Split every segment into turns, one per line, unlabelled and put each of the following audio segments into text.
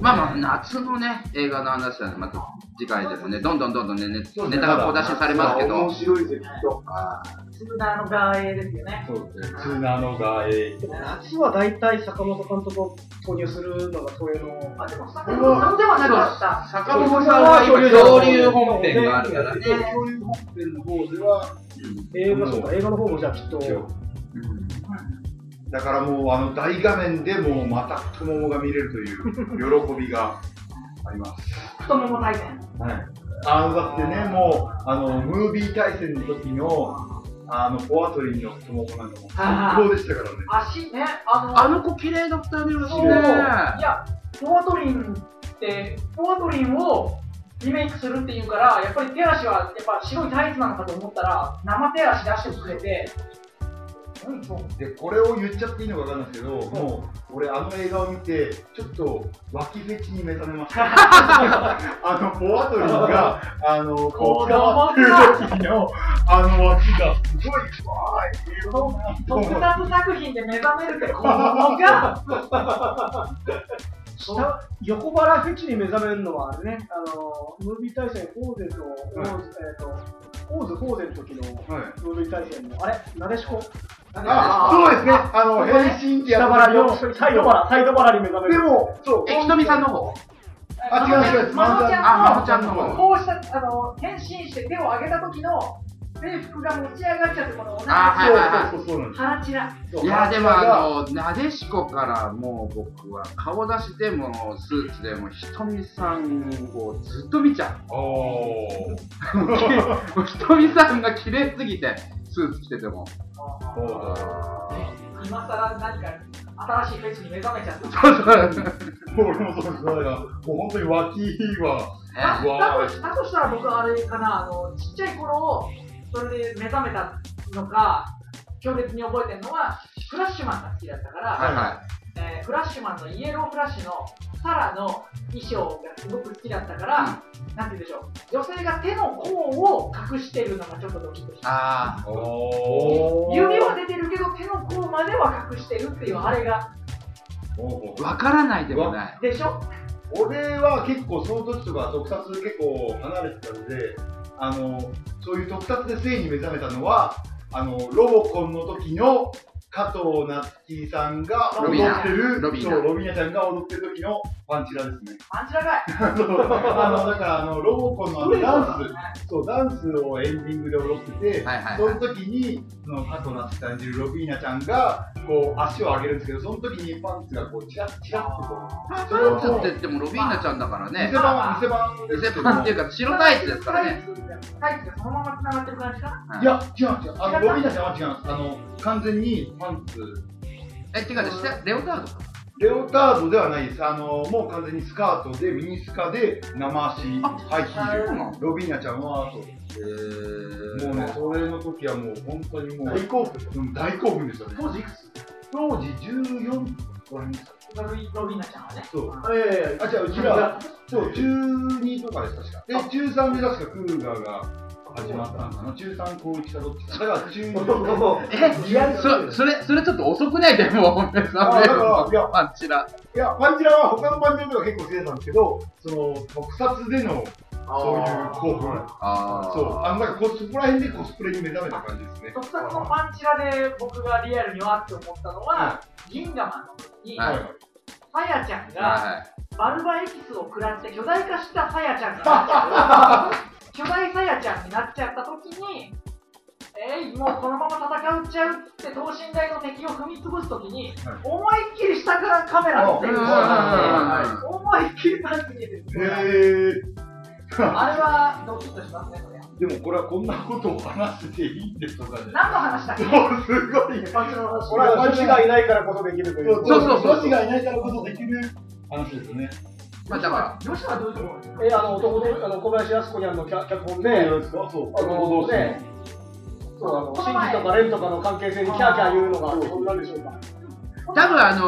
まあまあ、夏のね、映画の話はね、また次回でもね、どんどんどんどんね、ねネタがこう出しされますけど
面、白いぜ、きっと。
ツーナーの側営ですよね。
そうですね。ツーナーのがえ
でも夏は大体坂本監督を投入するのが東映の。
あ、でも、坂本さんではなかった。
坂本さんは今、恐竜本編があるからね。
恐竜本編の方では、映画とか、映画の方もじゃあきっと、
だからもう、あの、大画面でもう、また太ももが見れるという喜びがあります。
太もも大戦。
はい。あの、だってね、もう、あの、ムービー対戦の時の、あの、ポアトリーの太ももなんかも、最高でしたからね。
足ね、あの、
あの子綺麗だったね、私
そう
ね。
いや、ポアトリンって、ポアトリンをリメイクするっていうから、やっぱり手足はやっぱ白いタイツなのかと思ったら、生手足出してくれて、何そう
で、これを言っちゃっていいのかわかんないですけど、もう、俺、あの映画を見て、ちょっと、脇フェチに目覚め ました。あの、ポアトリーが、あの、こう、
こう
触ってる時の、あの脇が、すごい、わーい、いいなと思って
特撮作品で目覚めるって子供が、
下、横腹フェチに目覚めるのはあれね、あの、ムービー対戦、フォーゼと、オーズ、えっと、オーズ、フォーゼの時の、
はい。
ムービー対戦の、あれなでしこ
あ、そうですね。あの、変身期や
下
っ
腹
た
よ、サイド腹、サイド腹に目覚める。
でも、そう。
え、ひとみさんの方
あ、違う違う。
まほちゃん
あ、
の
まほちゃんの方。
こうした、あの、変身して手を上げた時の制服が持ち上がっちゃって、このお
あ
腹、
はいはい
そうそうそうそうなんです
腹ちら。
そ。
いうや、でもあの、なでしこからもう僕は顔出しでもスーツでもひとみさんをずっと見ちゃ
の、おー。
う。もうひとみさんが綺麗すぎて、スーツ着てても。
そう
今更何か新しいフェチに目覚めちゃった。
そう そう。
だ。もう俺もそうです。だから、もう本当に脇は、
ね
だ
わ
だとだとしたら僕はあれかなあのちっちゃい頃それで目覚めたのか強烈に覚えてるのはフラッシュマンが好きだったから、
はいは
えーフラッシュマンのイエローフラッシュのサラの衣装がすごく好きだったから、なんて言うんでしょう女性が手の甲を隠してるのがちょっとドキッとし
い。
た
あ
お
指は出てるけど手の甲までは隠してるっていうあれが
あ、わからないでもない。
でしょ
俺は結構その時とか特撮結構離れてたんで、あの、そういう特撮で性に目覚めたのは、あの、ロボコンの時の加藤夏樹さんが踊ってる、
ロビーナ
そう、
ロ
ロビーナちゃんが踊ってる時のパンチラですね。
あんちらがい
そうあの、だから、あの、ロボコンのあのダンス、そう、ダンスをエンディングで踊ってて、
はいはい
そ
は
の
い。
時に、その、加藤夏樹さん演じるロビーナちゃんが、こう、足を上げるんですけど、その時にパンツがこう、チラッチラッとこう、
スーツって言ってもロビーナちゃんだから
偽
ね。
版、偽版です
偽
けど
版っていうか、白タイツですからね。
タイツがそのまま繋がってる感じかない
や、違う違う。あの、ロビーナちゃんは違います。あの、完全にパンツ、
え、っていうかね、下レオタード
レオタードではないです。あの、もう完全にスカートで、ミニスカで、生足、ハイヒ
そ
ー
う
ル。
なの
ロビーナちゃんは、そう。もうね、それの時はもう本当にもう大興奮、うん、大興奮でしたね。
当時いくつ
当時14これですか。
ロビロビーナちゃんはね
そう。
あいやいやいや
あ、じゃあうちら、そう12とかです確か。で中3で確かクーガーが始まったのかな。中3高一かどっちか。だから中2。
え、
リアル
そ、それ、それちょっと遅くないでも、おめさ
あ
ん
だからいや
パンチラ。
いやパンチラは他のパンチラとか結構好きだったんですけど、その特撮でのそういう興奮。
あ
そう。あのなんかこそこら辺でコスプレに目覚めた感じですね。
特撮のパンチラで僕がリアルにわって思ったのは、銀河マンの時に、
はい
はい。
さやちゃんが
は
バルバエキスを食らって巨大化したさやちゃんが巨大さやちゃんになっちゃった時にえい、もうこのまま戦っちゃうって等身大の敵を踏み潰す時に、
はい
思いっきり下からカメラってる
あ
うん
思いっきりパンチに出て
へ
る
えー。
あれはドキッとしますねこれ
でもこれはこんなことを話していいんですとかね。
何の話だっけ
そう すごい。
パンチの
こ
話。こ
れ
れ
は
は
女
女
子
子
が
がいないからこそできるという。
そうそうそう
女子がいないからこそできる話ですよね。
い。まあ、だか
女子はどういうところですか
え、あの、男で、あの、小林靖子にゃんの脚脚本で、
い
あ
ろいろですかそう。
の、ね、そう、あの、
こ
シ
の
ン
前
ジとかレンとかの関係性にキャーキャー言うのが、そんなんでしょうか。
ら、多分あの、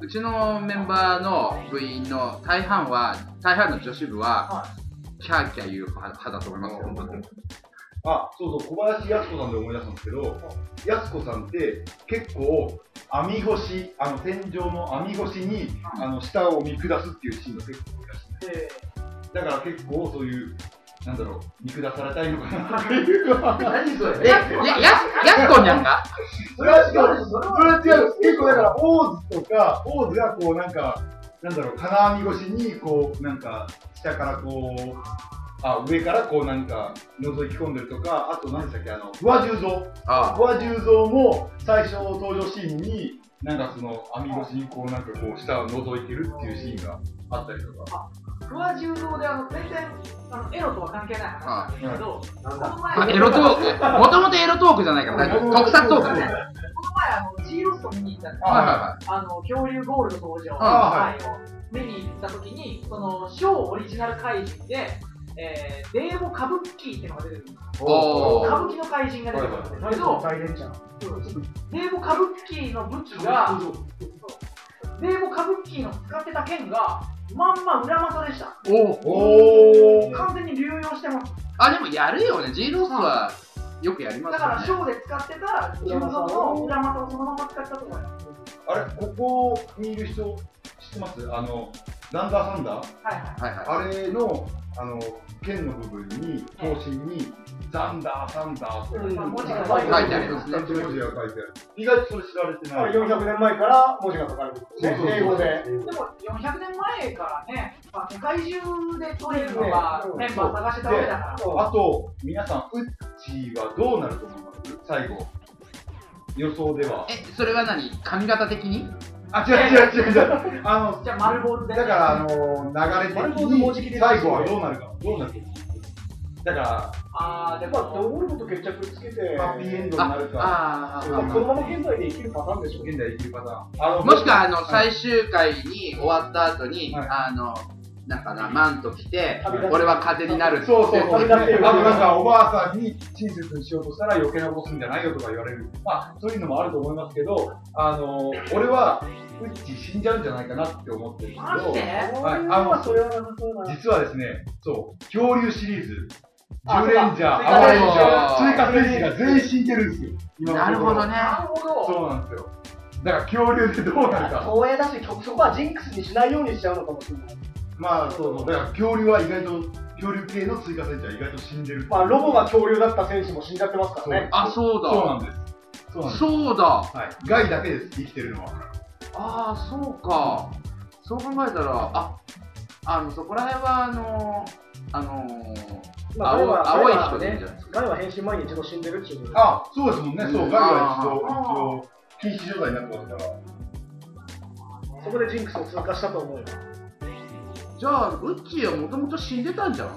うちのメンバーの部員の大半は、大半の女子部は
は、
キャーキャー言う派だと思いますよ。
あ、そうそう、小林靖子さんで思い出したんですけど、靖子さんって結構、網越し、あの天井の網越しに、あの下を見下すっていうシーンが結構多いらしい。
え
だから結構そういう、なんだろう、見下されたいのかなっていう。
何そ
え、
れ
や、や、やっこにゃんが
それは違う、それは違う。結構だから、オーズとか、オーズがこうなんか、なんだろう、金網越しに、こう、なんか、下からこう、あ、上からこうなんか、覗き込んでるとか、あと何でしたっけ、あの、不破十三。
あ
フォア重蔵も最初登場シーンに、なんかその網越しにこうなんかこう下を覗いてるっていうシーンがあったりとか。
不破柔道であの全然あのエロとは関係ない話なんですけど、
なん
こ
だ
の
あ。
前、
まあエロトーク。もともとエロトークじゃないから、特撮トークだね。
この前あの、ジーロスト見に行ったんです
あ
はいはいはい。
あの恐竜ゴールド登場の
あ
回を見に行った時に、そのショーオリジナル怪人で、えー、デーモ歌舞伎っていうのが出てくるんです
おー
歌舞伎の怪人が出てくるんです
え
けど、
大連ちゃん。
デーモ歌舞伎の武器が、デーモ歌舞伎の使ってた剣が、まんま裏技でした。
お
おー
完全に流用してます。
あ、でもやるよね。ジーロスはよくやりま
だ
す
から、シ
よね。
ョーで使ってた、純蔵の裏技をそのまま使ったと思います。
あれここにいる人知ってますあの、ダンダーサンダー
はいは
はいは
い。
い。
あれの、あの、剣の部分に、刀身に、ザンダーサンダーって
うん
文字が
書いてあ
る
文字が書いてある。意外とそれ知られて
ま
な
あ
い。
400年前から文字が書かれて
そうそう
る
そう
ね。英語で。
でも400年前からね、まあ、世界中で取れるのが
うん
メンバー探してたわけだから、
あと、皆さん、ウッチーはどうなると思います最後。予想では。
え、それは何髪型的に
あ、違う違う違う違う。あの、
じゃあ丸ボールで、
だから、あの流れ的に最後はどうなるか、どうなるか。だか
あーで
やっぱド
も、
ールゴと決着つけて、
ら、ハッピーエンド
こ
になるか、
あ
ーあ
あ
ー
のまま現代で生きるパターンでしょ。
現代できるパターン。あの
もしくは、あの、
はい
最終回に終わった後に、
はい
あの、なんかな、マント着て
旅立、つ
俺は風になるって
そうそう、
こ
あ
れ
と
だけよ
なんか、おばあさんに親切にしようとしたら余計なことすんじゃないよとか言われる。まあ、そういうのもあると思いますけど、あの俺は、ウッチ死んじゃうんじゃないかなって思ってるんです
マ
けど
ジ、で
はい
あ
あ
の、それはなさそうな。
実はですね、そう、恐竜シリーズ、
あ
10レンジャ
そう
ー、
か
アバレンジ
追
ャ
加
ー、追加
戦
戦士が
士
全員死んでるんですよ。今のとこ
な
ろ
るほどね。
なるほど、
そうなんですよ。だから恐竜ってどうなるか。
東映だし、そこはジンクスにしないようにしちゃうのかもしれない。
まあそう、だから恐竜は意外と、恐竜系の追加戦士は意外と死んでる。
まあ、ロボが恐竜だった選手も死んじゃってますか
そう
らね。
あ、そう
そう
だ。
なんです。そうなんです。
そうだ。
はい。ガイだけです、生きてるのは。
ああ、そうか。そう考えたら、あ、あの、そこら辺は、あの、あの、
まあ、
青
彼は
青い
彼は
人でいいん
ね
じゃないです、
彼は変身前に一度死んでるっていうことで。
あ、そうですもんね。そうう、
ん
ガイは一
あ
度、一度、禁止状態になってますから。
そこでジンクスを通過したと思うよ。
じゃあ、ウッチーはもともと死んでたんじゃん。
い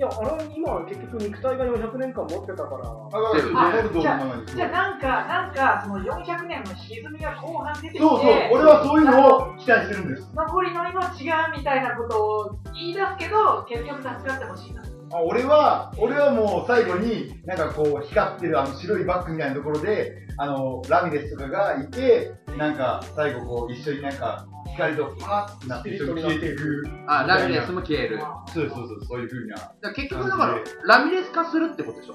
や、あれ、今、結局肉体が400年間持ってたから。
あ、だから、
あ
ボルドの中に。
じゃあなんか、なんか、その400年の歪みが後半出てきて、
そうそう、俺はそういうのを期待してるんです。
残りの命がみたいなことを言い出すけど、結局助かってほしいな。
あ俺は、俺はもう最後に、なんかこう、光ってるあの白いバッグみたいなところで、あの、ラミレスとかがいて、なんか最後こう、一緒になんか、光とパーってなって一緒に消えていく。
あ、ラミレスも消える。だか
あ
そうそうそう、そういう風な。
ら結局、だから、ラミレス化するってことでしょ。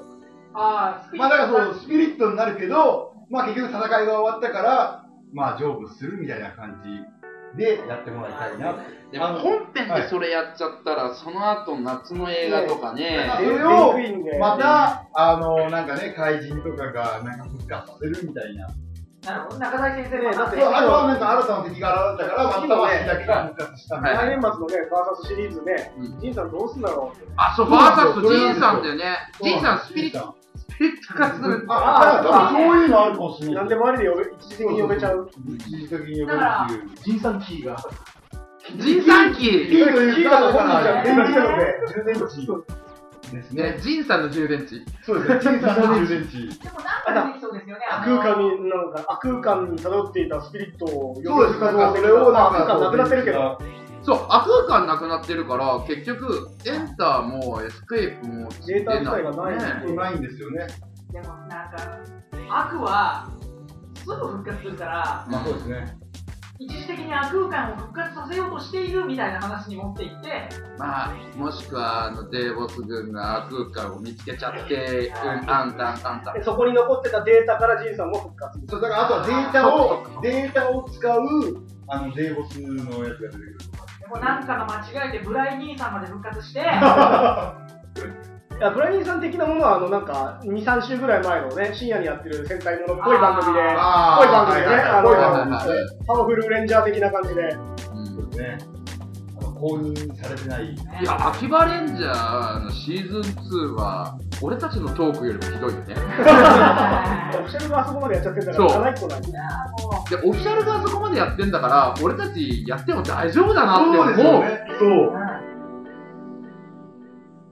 あー、スピリ
まあ
ッ
だ
ト
からそう、スピリットになるけど、まあ結局戦いが終わったから、まあ成仏するみたいな感じでやってもらいたいなって。
でも
あの
本編でそれやっちゃったら、その後夏の映画とかね、
それを
レイクインで
また、あの、なんかね、怪人とかがなんか復活させるみたいな。
なるほど、中谷先生ね、だっ
あ
て
と、はなんか新たな敵が現れたから、また私だけが復活したみたいな。
来年末のね、バーサスシリーズね
う、
ジンさんどうすんだろうって。
あ、そう、
そ
バ
う
ーサス
そう
ジンさんだよね。
そう
ジンさん、スピリット、
あ
スピリット化する。
あ、だからそういうのあるかもしれな
なん
い。
でもありで呼べ一時的に呼べちゃう。
一時的に呼べるっていう。
ジンさんキーが。
ジンさん
いい
機
というか、本人じゃ
全
電
部
池
来た
な
の
ので、充電池です
ね
ね。、
ジンさんの充電池。
そうですね、チンさんの充電池。
でもなんか出てきそうですよね。
悪
あの
空間に、なんか、悪空間に漂っていたスピリットを呼
そうです、
可
だか
能
ら
性
それをなん
悪
か、
空間なくなってるけど。。
そう、悪空間なくなってるから、結局、エンターもエスケープも
データ自体がない
ね
うん
ないんですよね。
でもなんか悪はすぐ復活するから
まあそうですね。
一時的に悪空間を復活させようとしているみたいな話に持っていって、
まあ、もしくは、あの、デーボス軍が空間を見つけちゃって、うん、あんたんたんたん。
でそこに残ってたデータからジンさんも復活。
そうだからあとはデータをデータを使うあのデーボスのやつが出てくるとか
でもなんかの間違えてブライ兄さんまで復活 して、
いや、ブライニーさん的なものは、あの、なんか、2、3週ぐらい前のね、深夜にやってる戦隊ものっぽい番組で、っ
あ
ぽい番組でね、あの
はいはい
はい
はい
はいはい、
パワフルレンジャー的な感じで、
うん
そうですねあの公認されてない
いや、秋葉レンジャーのシーズン2は、俺たちのトークよりもひどいよね。
オフィシャルがあそこまでやっちゃってるか
そう
ら、かないっこない。
も
で、オフィシャルがあそこまでやってんだから、俺たちやっても大丈夫だなって
そうです
思
よ
う。
ねそう
う